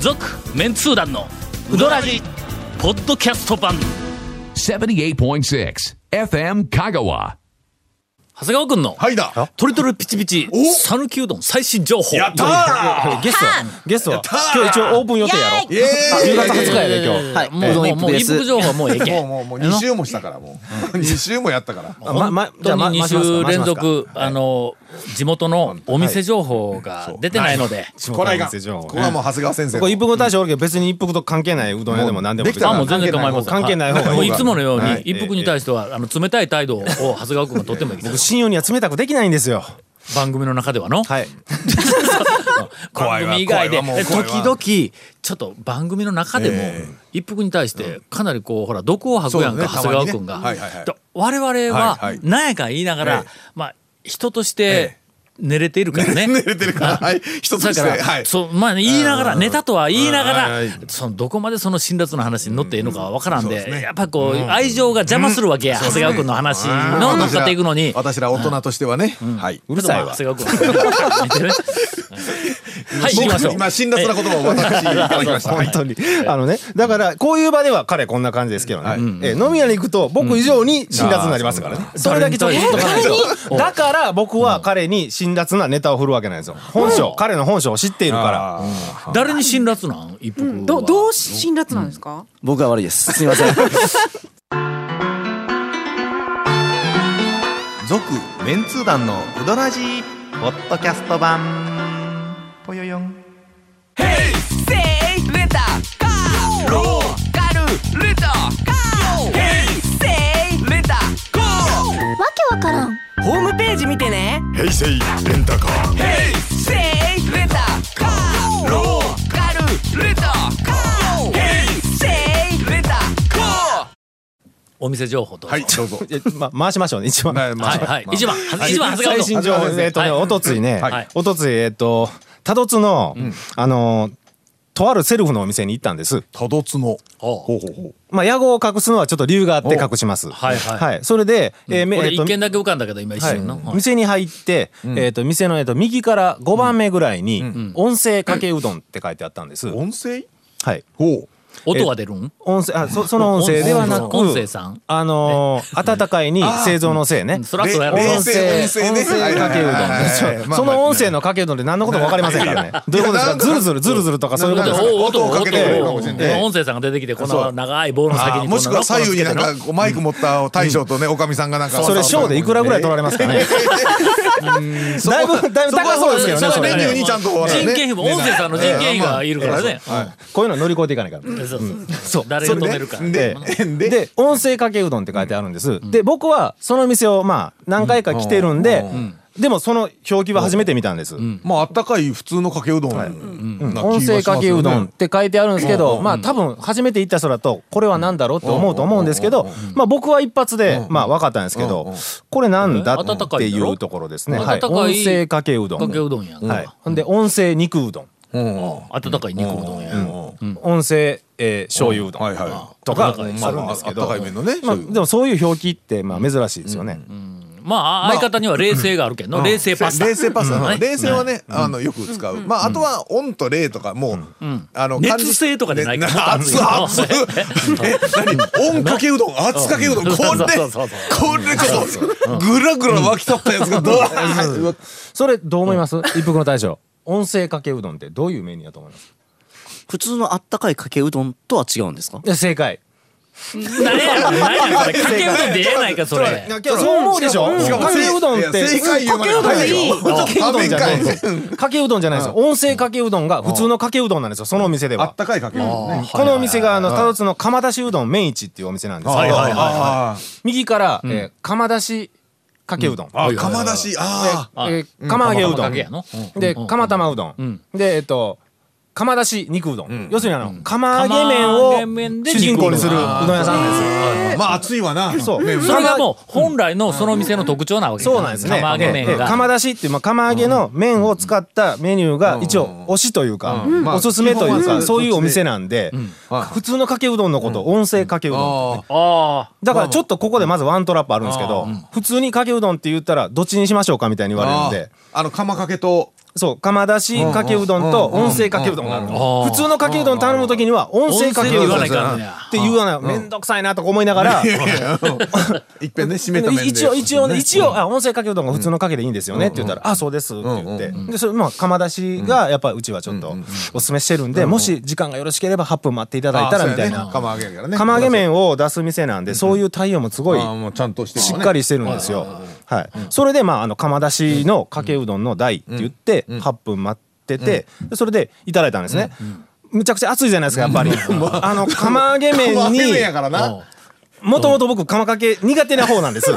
続メンツー団のウドラジポッドキャスト版78.6 FM Kagawa. 長谷川君のはいだ。トリトルピチピチお讃岐うどん最新情報やったーゲストはゲストは今日一応オープン予定やろイエーイ10月20日やで今日はい、もうもうもう一服情報はもうええけもうんもうもう2週もしたからもう2週もやったからあままじゃあ本ま当に回しますか2週連回し続あの地元のお店情報が出てないのでこれがますかこれはもう長谷川先生ここ一の服の大将おるけど別に一服と関係ないうどん屋でも何でももうできたらあもう全然関係構ないません関係ない方がもういいいつものようはにい一服に対してはあの冷たい態度を長谷川君がとってもいいですよ僕親友には冷たくできないんですよ番組の中ではのはい 番組以外で怖いわもう怖い時わ々ちょっと番組の中でも一服に対してかなりこうほら毒を吐くやんか長そうね谷川君がたまにねはいはいはいと我々ははいはい何やかん言いながらえまあ人として寝れているからね 寝れてるからはい一つだとしてかはらいそうまあ言いながらネタとは言いながうんはらいはいそのどこまでその辛辣な話に乗っていいのかは分からんそうですでねやっぱこう愛情が邪魔するわけや長谷川君の話の乗っかっていくのに。私ら大人としてはねはいうるさいわちょっとまあ長谷川君見てねはい行きましょう今辛辣な言葉を私いただきましたは本い当にあのねだからこういう場では彼こんな感じですけどねえ飲み屋に行くと僕以上に辛辣になりますからねそれだけちょっと言っとかないとだから僕は彼に辛辣なネタを振るわけなんですよ本性彼の本性を知っているからあー誰に辛辣なん一服は、どどう辛辣なんですか、僕は悪いです。すみま せん。続メンツー団のウドラジーポッドキャスト版ぽよよんホームページ見てね平成レンタカー平成レンタカーローカルレンタカー平成レンタカーお店情報と、はいどうぞえま回しましょうね一番はいまあはいはい一番一番長谷最川君新情報はいえっとねはいおとついねはいおとついえっと多度津のあのとあるセルフのお店に行ったんです多度津のおうほうほうほうまあ屋号を隠すのはちょっと理由があって隠しますはいはいそれでえーめ俺えっと一軒だけ浮かんだけど今一はい瞬の、はい店に入って、えっと店の、えっと右から5番目ぐらいに「音声かけうどん」って書いてあったんです、音声はいほう音は出るん音声あそ その音声ではなく音声さんあのー温かいに製造のせいね、うんそられそうやろ冷音静声冷音静ね声かけうどんはいはいはいはいそうその音声のかけうどんで何のことか分かりませんからねどういうことですかズルズルズルズルとかそういうことですかおう音音をかけてくれるかもしれない音を音声さんが出てきてこの長い棒の先あにこーんなもしくは左右になんこかこうマイク持った大将とねおかみさんがなんかそれショーでいくらぐらい取られますかねだいぶだいぶ高そうですけどそねこそはれメニューにちゃんとほらね人件費も音声さんの人件費がいるからねこういうの乗り越えていかないからそうそうそう誰を止めるかでで音声かけうどんって書いてあるんです、で僕はその店をまあ何回か来てるんで、でもその表記は初めて見たんです、まああったかい普通のかけうどんな気が音しますよね声かけうどんって書いてあるんですけど、まあ多分初めて行った人だとこれは何だろうって思うと思うんですけど、まあ僕は一発でまあ分かったんですけど、これなんだうんっていうところですね、温はかいんい、だろ温音かい声かけうどんかけうどんやんかはい、ほんで音声肉うどん温かい肉うどんやん音声、えー、醤油うどんはいはとかあるんですけど、まあまああったかい麺のねま醤あ、油でもそういう表記ってまあ珍しいですよね、まあ相方には冷静があるけんの冷静パスタ冷製パスタうんの冷製はねあのよく使うまああとはオンとレイとかもうあの熱漢字性とかじゃないからねな 熱熱え何オンかけうどん熱かけうどんこれそうこれそうそうそうちょっとぐらぐら沸き立ったやつがどうそれどう思います、一服の大将音声かけうどんってどういうメニューだと思います普通のあったかいかけうどんとは違うんですか。いや正解何や何やこれかけうどんでええやないかそれそう思うでしょしかもかけうどんっいやて正解言うまでかけうどんはいよかけうどんじゃないあですよかけうどんじゃないですよ音声かけうどんが普通のかけうどんなんですよそのお店であっはたかいかけうどんねこのお店があの多度津の釜出しうどん麺一っていうお店なんですけどはいはいあ右からえー釜出しかけうどんーあ釜出しあえー釜揚げうど釜かけやのうんで釜玉うどんでえっと釜出し肉うどん要するにあの釜揚げ釜揚げ麺麺をで主肉うどん人公にするうどん屋さんですよーまあ熱いわなそう麺はそれがもう本来のその店の特徴なわけそうなんですね。釜揚げ麺ええが釜出しっていう、まあ、釜揚げの麺を使ったメニューが一応推しというか、うんまあおすすめという基本か、はそういうお店なんで、普通のかけうどんのこと、音声かけうどん。あーあだからちょっとここでまずワントラップあるんですけど、普通にかけうどんって言ったら、どっちにしましょうかみたいに言われるんで。あーあの釜かけとそう、釜出しかけうどんと音声かけうどんがあるのうん普通のかけうどん頼むときには、音声かけうどんって言わない。めんどくさいなとか思いなが ら、いっぺんね、締めた面で。一応、一応ね、一応、あ、音声かけうどんが普通のかけでいいんですよねって言ったら、あ、そうですって言って。で、それ、まあ、釜出しが、やっぱうちはちょっとおすすめしてるんで、もし時間がよろしければ8分待っていただいたらみたいな。釜揚げやからね。釜揚げ麺を出す店なんで、そういう対応もすごいああもうちゃんとしてるわしねっかりしてるんですよ。はい、それでまああの釜出しのかけうどんの台って言って8分待ってて、でそれでいただいたんですね。むちゃくちゃ熱いじゃないですかやっぱり。あの釜揚げ釜揚麺にげ麺やからな。もともと僕釜かけ苦手な方なんです。い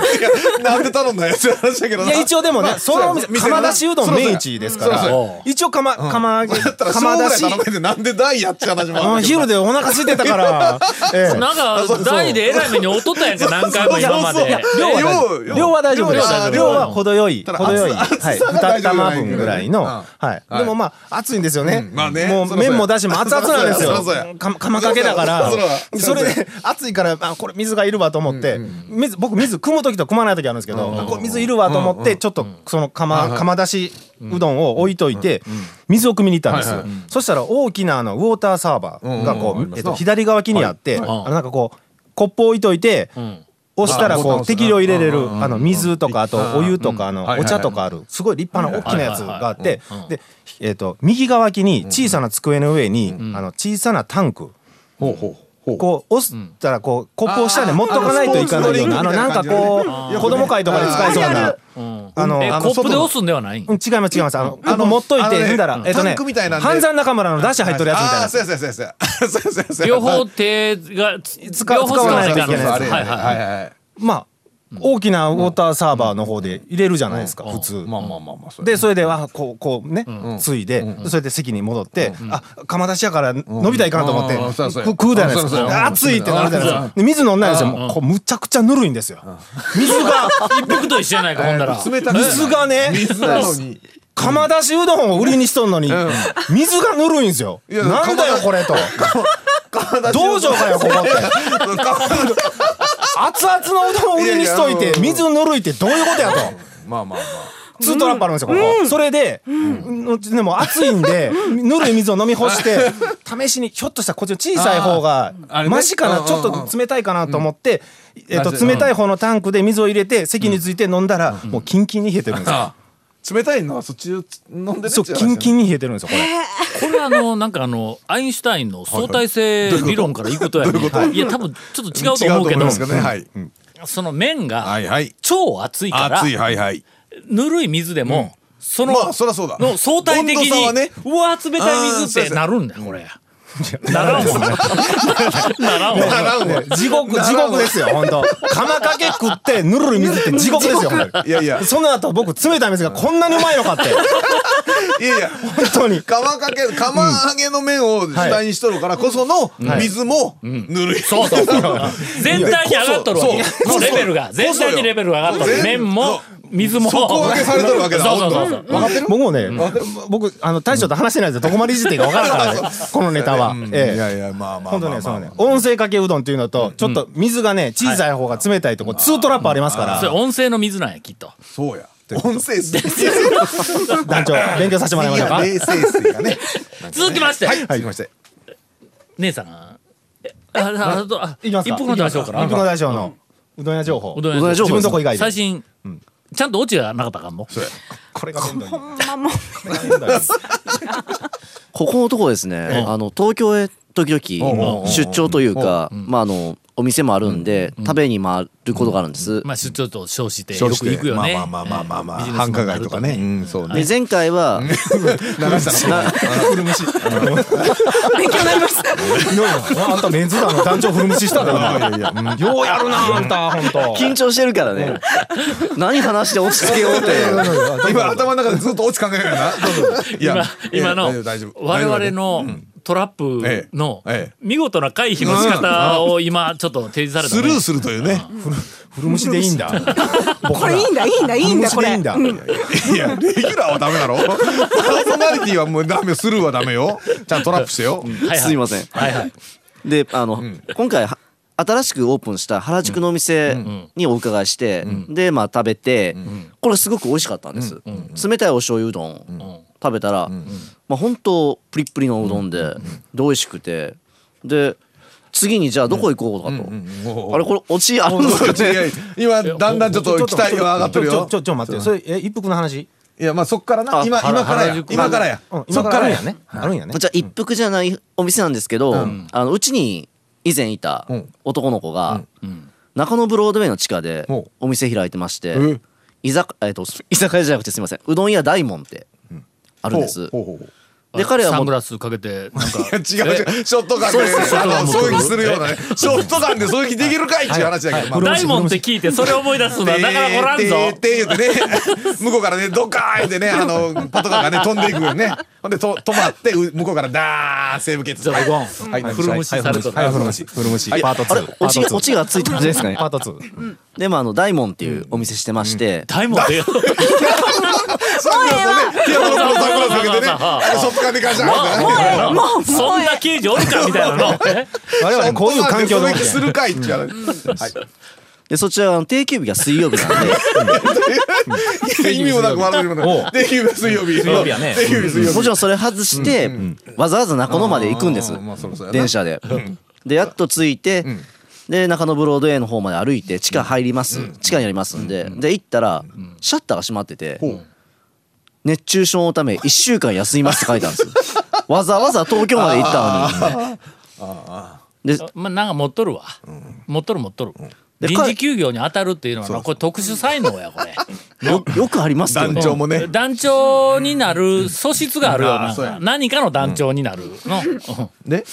なんで頼んだやつや話だけどな。や一応でもまねあそのお店そうやな釜出しうどんメイチですかそうらそう一応釜釜揚げだったら、そう釜ぐ出らいし頼めて、なんでダイヤって話もあるけどあな昼でお腹空いてたから。ええなんか台でえらい目に劣ったやんか何回も今まそうそうで。そう量は量量量は大丈夫です量は大丈。夫量は程よい、ただ程よい、厚さはい、厚さが二大丈夫玉分ぐらいの、うんはい。はいでもまあ暑いんですよね。うんまあねもそうらそうや麺もだしも熱々なんですそらそうよ。やか釜かけだからそらそうやそ、らそそうやれで暑いからあこれ水がいるわと思って、水僕水汲む時と汲まない時あるんですけど、あこれ水いるわと思ってちょっとその釜釜出しうどんを置いといて水を汲みに行ったんですはいは。そしたら大きなあのウォーターサーバーがうこんうんうんありうますえっと左側気にあって、あはいはいのなんかこうコップを置いといて。押したらあボタンこう押す適量入れれうるんうんうんあの水とかあとお湯とかあのはいはいおはい茶とかあるすごい立派な大きなやつがあってはいはいはいでえっと右側脇に小さな机の上にあの小さなタンクほうほうほう。こう押したらこうコップを下で持っとかないといかないようなあああののスポーツなんかドリンクみたいな感じだねこう子供会とかで使えそうあなるあのえあコのップで押すんではないんうん違います違いますあのあの持っといあのてね踏んだらえっとタねンクみたいなんで半山仲村の出汁入っとるやつみたいあなーそうや そうやそうやそうや。そうやそうやそうや両方手が使両方使わないといけ使なわないといけないやつはいはい。いはい。まあ大きなウォーターサーバーの方で入れるじゃないですか普通。まあまあまあまあ、そでそれであこうこうね、ついで、それで席に戻って、あ釜出しやから伸びたらいかんと思って、うんうんそうやそうやく食うじゃないですそうやそうかや熱いってなるじゃないですかで水飲んないんですよもうこうむちゃくちゃぬるいんですよ 水が一服と一緒やないかほんだら。冷たくない水がね水なのに。釜出しうどんを売りにしとんのに、水がぬるいんですよいやなんだよこれと道場かよ ここって熱々のうどんを売りにしといいやいてや水ぬるいってどういうことやと。まあまあまあ。ツートラップあるんですよ、ここ。それで、うちでも暑いん で、ぬるい水を飲み干して、試しに、ひょっとしたらこっちの小さい方があーあ、れねマシかうな、んちょっと冷たいかなと思って、えっと、マジで冷たい方のタンクで水を入れて、席について飲んだら、もうキンキンに冷えてるんですよ。冷たいのはそっちを飲んでるそう、キンキン。ンに冷えてるんですよ、こ これ。れあのなんかあのアインシュタインの相対性理論からいくとやねいや多分ちょっと違うと思うけど違ますけどね。はい。その麺がはいはい。超熱いから熱い、はいはい。ぬるい水でもそのまあそりゃそうだの相対的温度差はにねうわ冷たい水ってなるんだよこれ。ならんもんね。 ならんもんね。ね地獄、地獄ですよ、ほんと。釜かけ食って、ぬるい水って地獄ですよ、ほんと にいやいや、その後、僕、冷たい水がこんなにうまいのかって。いやいや。本当に。釜かけ、釜揚げの麺を主体にしとるからこその水もぬるい。そうそう全体に上がっとるわけ。そのうレベルが。全体にレベルが上がっとる。そう麺も水も。底上げされとるわけだそうそうそう温そ度う。僕もね、僕、あの、大将と話してないんですよ。どこまでいじっていいか分からないからね、このネタはう。んいええ。やいや、まあまあ本ま当あまね、あ。そのね、音声かけうどんっていうのと、ちょっと水がね、小さい方が冷たいとこ、ツートラップありますかそれら、音声の水なんやきっと。そうや。音声水。団長、勉強させてもらいましょうか。冷静水がね。続きまして、はい、続きまして。姉さん。えあ、あ、あと、あ、いきますか。一服の大将から。一服の大将の、うどん屋情報。うどんうどん屋屋情情報報自分とこ以外で最。新、ちゃんとオチがなかったらあかんもん。これが面倒いほんまもうここのとこですね、あの、東京へ時々出張というか、まあ、あの、お店もあるんで、食べに回ることがあるんです。まあ、出張と称して、よそくして行くよね。まあまあまあまあまあまあ、ビジネスマン繁華街とかね。うん、そうね。で、前回は、流したの勉強になりましたいやいやあんたメンズだの、団長古虫しただな。ようやるな、あんた、ほんと。緊張してるからね。 何話して押し付けようって。今頭の中でずっと落ち考えながらな。どうぞい今や、今のいや大丈夫我々。大丈のトラップのええええ見事な回避の仕方を今ちょっと提示され夫たスねルーするというね。古虫でいいんだ。これいいんだいいんだいいんだこれいいんだ。いいや、レギュラーはダメだろ。パーソナリティはもうダメ、スルーはダメよ。ちゃんとトラップしてよ。ははすいませんはいはいであの、今回は新しくオープンした原宿のお店にお伺いして、でまあ食べて、これすごく美味しかったんです、冷たいお醤油うどん食べたら、まあ本当プリップリのうどんで、で美味しくてで次にじゃあどこ行こうかと、あれこれオチあるのかいやねいや今だんだんちょっと期待が上がってるちょよちょちょ待ってそれえ一服の話いやまあそっからなあ今今から原や宿今からやうんそ今っかかららややねあるんやねこちら一服じゃないお店なんですけど、あのうちに以前いたうん男の子が、中野ブロードウェイの地下でほうお店開いてまして、え居酒えっと居酒屋じゃなくてすみませんうどん屋大門ってあるんです、ほうほうほうで彼はサンもグうラスかけてなんかいや 違う違うショットガンでそうですショットガンあの持ってる狙撃するようなねショットガンで狙撃できるかいっていう話だけどまあ大門って聞いてそれ思い出す のはなかなかおらんぞてーてーてー言ってね、向こうからね、ドカーンってね、あの、パトカーがね、飛んでいくよね。ほんで、と止まって、う向こうからダーン、西部決じゃあドゴンはい、古虫されとるはい、古虫。古虫。パートあれオチがオチがついてるんじゃ ないですパかーねト2でもあの大門っていうお店してまして、大門って サングラスね、ピアノのサングラスかけてね、あのショットガンでガシャンってね。もう、そもうんな刑事おるかみたいなのえ我々こういう環境でで思っ狙撃てするかいっていう話でそちらあの定休日が水曜日なん でいや意味もなく笑うもなく。で、曜日、水曜日。水曜日やねで、曜日、水曜日。もちろんそれ外して、わざわざ中野まで行くんです、あーまあそろそろやな電車で、でやっと着いて、で中野ブロードウェイの方まで歩いて地下入ります、地下にありますんで、で行ったら、シャッターが閉まってて、熱中症のため1週間休みますって書いてあるんですよわざわざ東京まで行ったのにでまあなんか持っとるわ持っとる持っとるで臨時休業に当たるっていうのはなこれ特殊才能やこ れよよくありますよ団ね長もね。団長になる素質があるよあーなそうや何かの団長になるのうんで、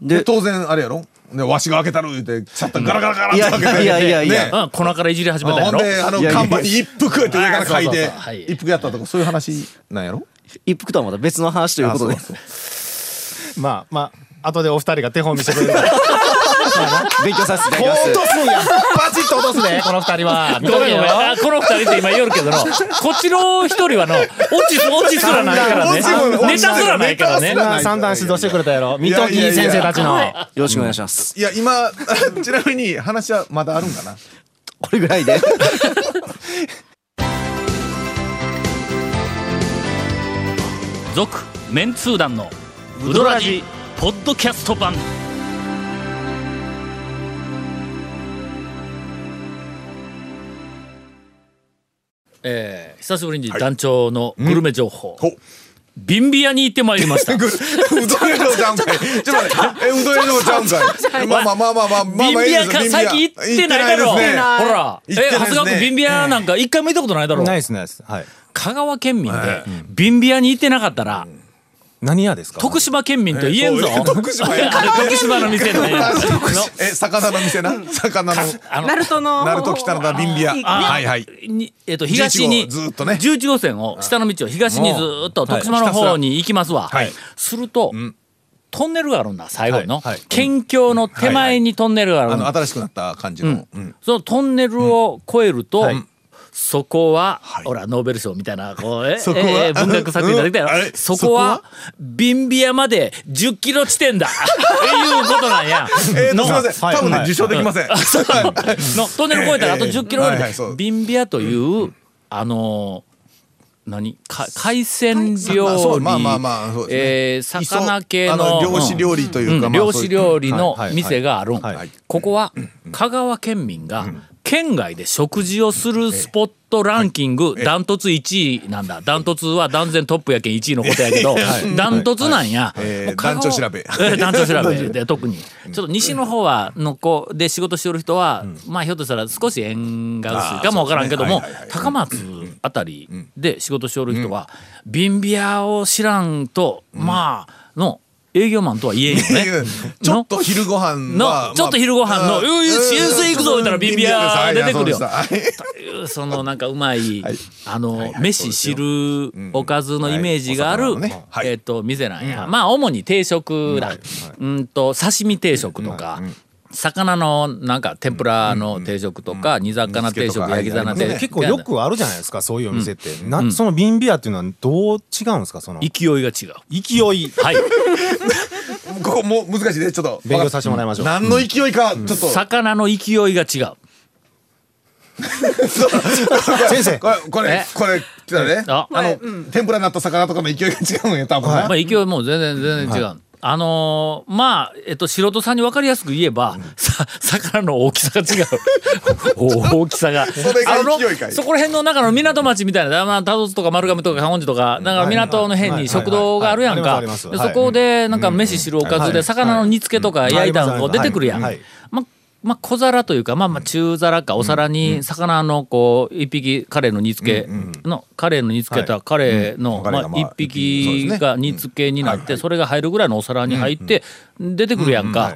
で当然、あれやろでわしが開けたる言うて、シャッターガラガラガラいってや開いけて。やいやいやいや、ねうん粉からいじり始めたあやほんろで、あの、看板に一服って上から書いいやいてやはい、一服やったとか、そういう話なんやろ一服とはまた別の話ということであそうまあまあ後でお二人が手本見せてくれるから勉強させていただきこまうす落とすんやパチッと落とすねこの二人はごめんごめんあこの二人って今言うけどのこっちの一人はの落ち落ちすらないからね散々落ちもネタすらないからねネタすらない三段指導してくれたやろい水や戸いやいや木先生たちのよろしくお願いします、いや、今、 ちなみに話はまだあるん かな。これぐらいで続メンツー団のウドラジポッドキャスト版えー、久しぶりに団長のグルメ情報、ほビンビアに行ってまいりましたうどん屋のちゃうんかい。ちょっと待って、え、うどん屋のちゃうんかい。まあまあまあまあまあ、 まあビンまあ、ビいいでアすよか最近行ってないだろビンビア行ってないですねほらえ行ってないです長谷川ね君ビンビアなんか一回も行ったことないだろないですないですはい香川県民でビンビアに行ってなかったら何屋ですか徳島県民と言えんぞそう徳島や。徳島の店ねえ、魚の店な。魚の。あのナルトの。ナルト北野田ビンビア。はいはい。にえっと東に11号ずっとね11号線を下の道を東にずっと徳島の方に行きますわ、はいすると、トンネルがあるんだ最後の、はいはい県境の手前にトンネルがあるんあだの、新しくなった感じの。うん。そのトンネルを越えると、そこは、ほらノーベル賞みたいなこう えそこはええ文学作品いただきたいうんあれそこはビンビアまで10キロ地点だ いうことなん や。えーと、すみません。はい多分ね、はい受賞できません。のトンネル越えたらあと10キロぐらいはいはでいそうビンビアというあのー何か海鮮まあ料そう理まあまあまあそうえーですね魚系あのの漁師料理というかんまあ漁師料理のはいはい店があるんはいはいここは香川県民が県外で食事をするスポットランキングダントツ1位なんだダントツは断然トップやけん1位のことやけどダントツなんやえーもう香川団長調べえー団 長調べで特にちょっと西の方はの子で仕事しておる人はまあひょっとしたら少し縁が薄いかもわからんけどもあーそうですねはいはいはい高松あたりで仕事しておる人はビンビアを知らんとまあの営業マンとは言えんよねちょっと昼ご飯のはまあちょっと昼ご飯のうんういううん新鮮行くぞ言うたらビンビア出てくるよはいそうでしたはいそのなんかうまい、いあの、はいそう飯ですよ汁おかずのイメージがあはいる、お魚のねはいえっ、と店なんや、まあ主に定食だ、うんと刺身定食とか、魚のなんか天ぷらの定食とか、煮魚定煮付けと食か焼き魚定あり食ます結構よくあるじゃないですかそういうお店って、なそのビンビアっていうのはどう違うんですかその勢勢いが違ういはいここもう難しいねちょっと勉強させてもらいましょう何の勢いかちょっと魚の勢いが違う先生これこれえこれ来たねああの天ぷらになった魚とかの勢いが違うんや多分まあな勢いもう全然全然違う。あのーまあ、えっと、素人さんに分かりやすく言えば、さ、 魚の大きさが違う。お大きさが。れがあの勢いかいそこら辺の中の港町みたいな、まあ、多津とか丸亀とか観音寺とか、なんか港の辺に食堂があるやんはいか。はいはいではいありますそありますはいこで、なんか飯汁おかずで、魚の煮付けとか焼いたのこう出てくるやん。はまいあ、まあ、小皿というか、まあまあ、中皿かお皿に、魚のこう、一匹、カレーの煮付けの、カレーの煮付けたカレーの、カレーがまあ、まあ一匹が煮付けになって、それが入るぐらいのお皿に入って、出てくるやんか。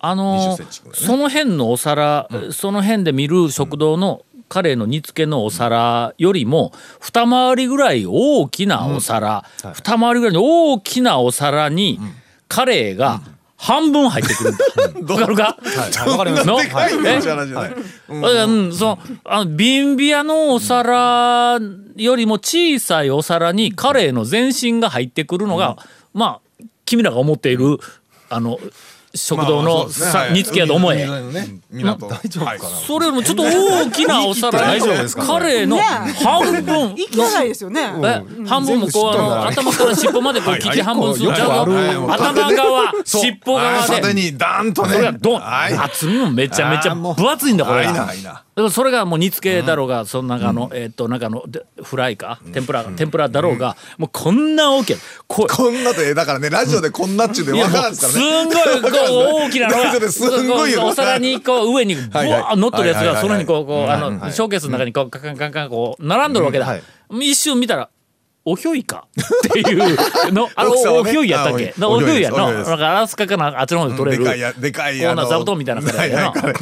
あの20センチぐらいねその辺のお皿、その辺で見る食堂のカレーの煮付けのお皿よりも二回りぐらい大きなお皿、二回りぐらいの大きなお皿にカレーが半分入ってくるんだ。わかるか？わかりますのでかいえねじゃないじゃないうん、そのあの瓶ビアのお皿よりも小さいお皿にカレーの全身が入ってくるのが、まあ君らが思っているあの食堂のさ煮付けやと思え。港大丈夫かなそれよりもちょっと大きなお皿大丈夫ですかカレーのね半分いきないですよね。え半分もこうあの頭から尻尾までこう利き半分するじゃあ頭側尻尾側で縦にダーンと ねそれがドン、はい厚みもめちゃめちゃ分厚いんだこれあーもうがあいいなあいいなだからそれがもう煮付けだろうが、その中の、えっと中のでフライか天ぷら天ぷらだろうが、もうこんな大きいこうこんなとえだからねラジオでこんなっちゅうでいや分もからんうですすかんらごねいこう大きなのラジオがですんごいよこうお皿にこう上にぶわはいはいー乗っとるやつがその辺にこうこうあはいはのいショーケースの中にこうカカンカンカンこう並んどるわけだ、一瞬見たらおひょいか っていうのあの大きさおはねひょいやったっけあおおひひょょいいやですのおなんひょいですかアラスカかなあっちの方で取れる、でかいやでかいこやんな座布団みたいな感じやなはいはい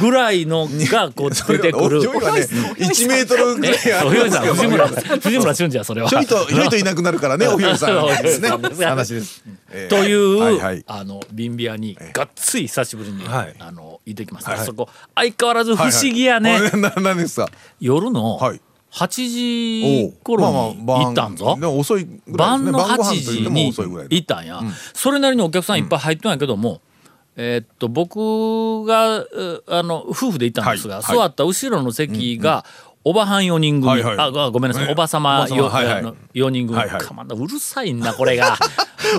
ぐらいのがこう出てくる。泳いはね1メートルぐらいあおるひょんいですさん、よ藤村、藤村俊じゃそれは。ひょいとひょいといなくなるからねおひょいさんそうですねおひょいさんです話ですえーとい、はいうはいあのビンビアにがっつい久しぶりに、はいあの行ってきました、そこ相変わらず不思議やね、はいはいな何ですか夜のはい8時頃にまあまあ行ったんぞ晩でも遅いぐらいです晩ねの晩ご飯8とい時ってもに遅いぐらい行ったんや、それなりにお客さんいっぱい入ってんやけども、えーっと僕がうあの夫婦で行ったんですが、はいはい座った後ろの席が、おばはん4人組、はいはいあごごめんなさい、ねおばさまおばさまよはいはいあの4人組、はいはいかまんなうるさいんだこれが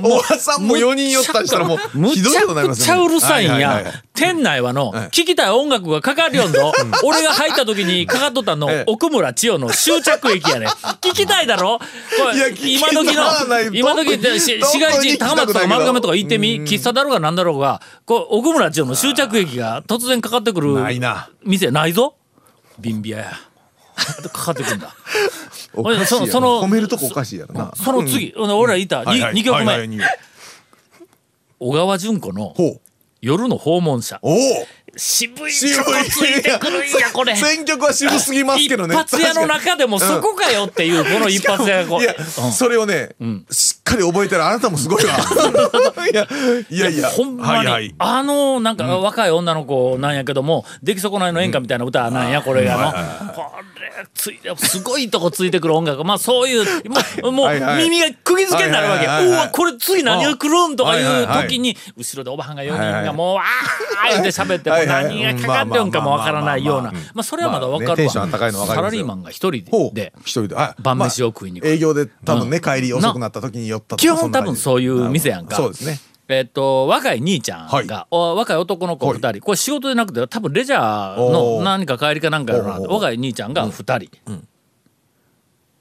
おばさんも4人寄ったりしたらもうむひちどいゃことになりまくすちゃうるさいんはいはいはいやはい。店内はの、聞きたい音楽がかかるよんぞ。俺が入った時にかかっとったのええ、奥村千代の終着駅やね。聞きたいだろこれいや聞き今時たらないの、今時でしどこ市に行きたくない街地、高松けどとか丸亀とか行ってみ、喫茶だろうがなんだろうが、こう、奥村千代の終着駅が突然かかってくるないな店ないぞ。ビンビアや。かかってくるんだ。おかしいやろそのその褒めるとこおかしいやろなその次、俺らいたはいはい 2, 二曲はいはい目、二小川淳子のほう夜の訪問者。おお渋いとこついてくるんやこれ選曲は渋すぎますけどね一発屋の中でもそこかよっていうこの一発屋がこういや、それをね、しっかり覚えてるあなたもすご いわ。いや、いやいや、ほんまに、はいはいあのなんか若い女の子なんやけども、出来損ないの演歌みたいな歌なんや、これがの、これついすごいとこついてくる音楽まあそういうもうもう はいはい耳が釘付けになるわけ、はいはいはいはいうわこれ次何が来るんとかいはいうはいはい時に、後ろでおばはんが4人はいはがいもう、あー言って喋ってもはいはい何がかかってるんかもわからないようなまあそれはまだわかまあねテるンわ、ション高いのわかサラりますリよーマンが一人ほうで一人で、あ晩飯を食いに行くまあ営業で多分ね、帰り遅くなった時に寄ったとか基そ本んな多感分じそういう店やんか。そうですね。えっと、若い兄ちゃんが、はいお若い男の子2人、はこれ仕事でなくて多分レジャーのおー何か帰りかなんかやろなほうほうほう若い兄ちゃんが2人、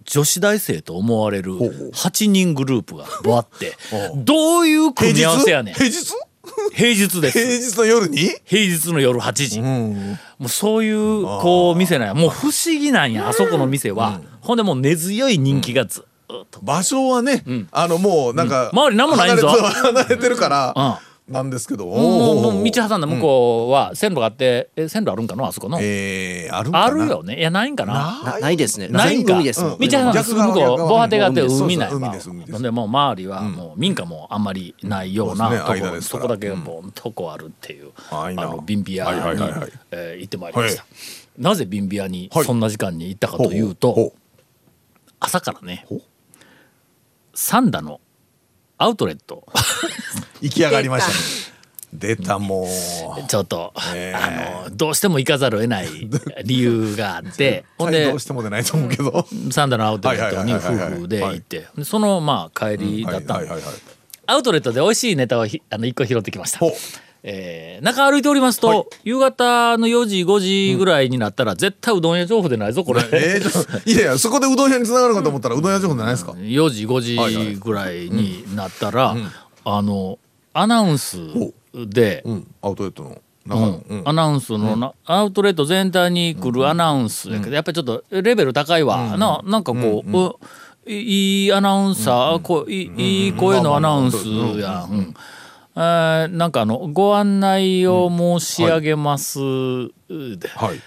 女子大生と思われるうほう8人グループがぶわって おどういう平組み合わ日せやねん平日平日です 平日の夜に平日の夜8時、もうそういうこう店なんやもう不思議なんやあそこの店は、ほんでもう根強い人気がずっと場所はね、あの、もうなんか、うん周り何もないんぞ離れそう 離れてるから、なんですけど、もうおーもう道挟んだ向こうは線路があって、え線路あるんかなあそこの、えー、あるんかなあるよねいやないんかななないですね。ないんか海ですも道んね。挟んだすぐ向逆こ側う逆側防波堤があってうん海ないそうそうわ海です海ですほんでもう周りはもう民家もあんまりないようなうんとこ、そうですね間ですそからこだけがボンとこあるっていう、ああいいなのビンビアに、はいはいはいはいえー行ってまいりました、はなぜビンビアにはいそんな時間に行ったかというと、ほほ朝からねほうサンダのアウトレット行き上がりましたね。出たもうちょっと、あのどうしても行かざるを得 ない理由があってほんはいでどうしても出ないと思うけどサンダのアウトレットにはいはいはいはいはい夫婦で行ってでそのまあ帰りだったんはいではいはいはいアウトレットで美味しいネタをひあの一個拾ってきましたほう。えー中歩いておりますと、夕方の4時5時ぐらいになったら、絶対うどん屋情報でないぞこれ、えーちょっといやいやそこでうどん屋に繋がるかと思ったらうどん屋情報じゃないですか4時5時ぐらいになったら、あのアナウンスで、うんアウトレットのう中のんアナウンスのな、アウトレット全体に来るアナウンスやけど、やっぱりちょっとレベル高いわ、ななんかこう、ういいいアナウンサー、こういいいい声のアナウンスやん。うんえーなんかあのご案内を申し上げます、ではい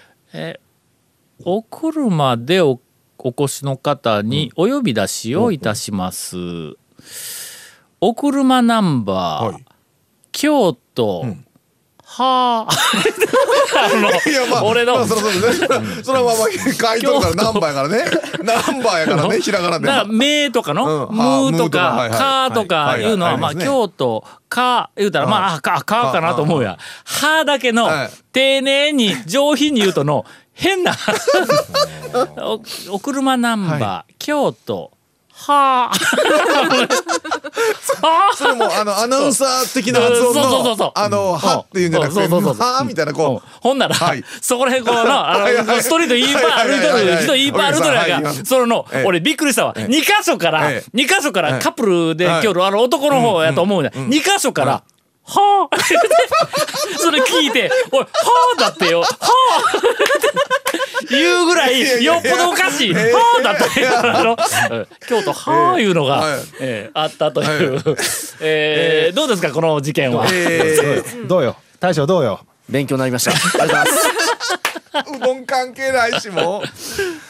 お車でおお越しの方にお呼び出しをいたします。お車ナンバー、はい京都、はあいやまあ俺のまあそらそうだねそれはまあまあ書いとるからナンバーやからねナンバーやか らねひらがなでな「め」とかの「うんむ」はとむとかはかい「はか」いとかいうのははいまはあいはい京都「か」言うたらまああ「か」かかなと思うや「は」だけのはい丁寧に上品に言うと の変なおお車ナンバー京都「は」 はそれもあのアナウンサー的な発そ音うそうそうそうのあのはっていうんじゃなくてうんそうそうそうはみたいなこうほんなら、はいそこら辺こうなあのはいはいはいストリートいっぱい歩いてはいはいるはい人いっぱい歩いてるやんかはいそのええ俺びっくりしたわ2箇所からええ2箇所かえらえカップルで今はい日のあの男の方やと思うね2箇所から「はあ」 それ聞いて「おいはあ」だってよ「はあ」 言うぐらいよっぽどおかしい「はあ」だってよあの京都「はあ」いうのがええはいええあったというえーどうですかこの事件は。えどうよ大将どうよ勉強になりました。ありがとうございます。ーうどん関係ないしも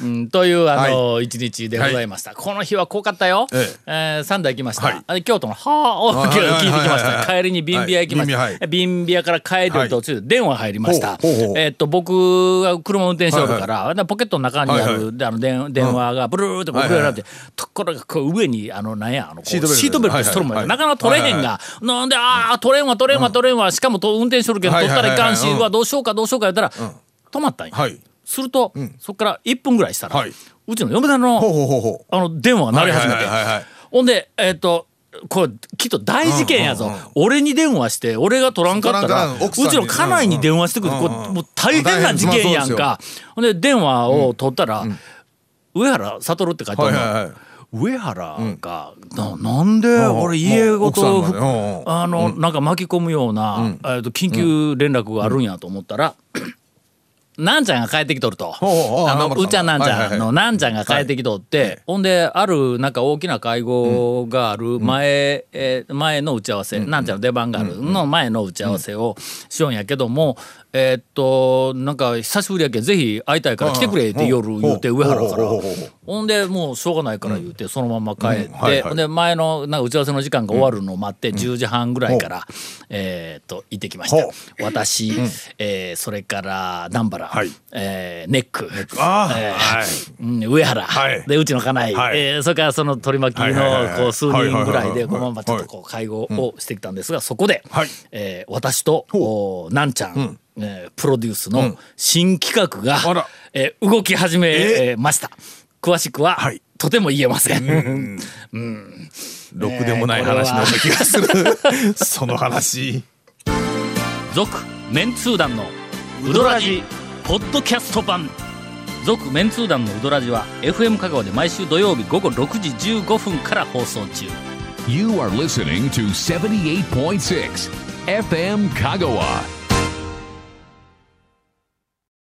うんというあの一日でございました。この日は濃かったよ。ええー三台行きましはいた。あれ京都のはをはい聞いてきましはいはいた。は帰いりに瓶ビア行きましはい瓶ビた。瓶ビアはアから帰る途中で電話入りました。ほうほうほうえーっと僕が車を運転しておるから、でポケットの中にあはいはるであの電電話がブルーってこうはいブはルーいになって、ところがこう上にあのなんやあのこうシートベルトシートベルトしとるもんはや。いはないかなか取れへんが、なんでああ取れんわ取れんわ取れんわ。しかもと運転しとるけどはい取っはいはたいはらいかいんし、うんうわどうしようかどうしようか言ったら止まったんや。はいすると、そこから1分ぐらいしたら、はいうちの嫁さんのほうほうほうほうあの電話が鳴り始めて、はいはいはいはいほんでえっ、とこれきっと大事件やぞ、うんうんうん俺に電話して俺が取らんかった取ららんうから奥さんにちの家内に電話してくる、うんうこんうもう大変な事件やんまあか、ほんで電話を取ったら、上原悟って書いてあはるいの、はいはい上原が、ななんで俺家ごもうと奥さんまでうんうんあの、なんか巻き込むような、えーと緊急連絡があるんやと思ったら、なんちゃんが帰ってきとると。ほうほうああ南の原さんうちゃなんちはいはいゃはいんのなんちゃんが帰ってきとって、ほんであるなんか大きな会合がある前、えー前の打ち合わせ、なんちゃんの出番があるの前の打ち合わせをしようんやけども、えーっとなんか久しぶりやけんぜひ会いたいから来てくれって夜言うてうん上原からほうほうほうほうほんでもうしょうがないから言うてそのまま帰って、はいはいほんで前のなんか打ち合わせの時間が終わるのを待って10時半ぐらいから、えーっと行ってきましほた私、えーそれから南原、はいえーネックあーえーはいうん上原、はいでうちの家内、はいえーそれからその取り巻きはいはいはいはのいこう数人ぐらいはいはいはいはいでこのままちょっとこう会合をしてきたんですがそこで、はいえー私とおなんちゃん、えープロデュースの新企画あがら、えー動き始めえーました。詳しくは、はいとても言えません。ろくでもない話の気がする その話続、メンツー団のウドラジポッドキャスト版。続メンツー団のウドラジは FM 香川で毎週土曜日午後6時15分から放送中。 You are listening to 78.6 FM Kagawa.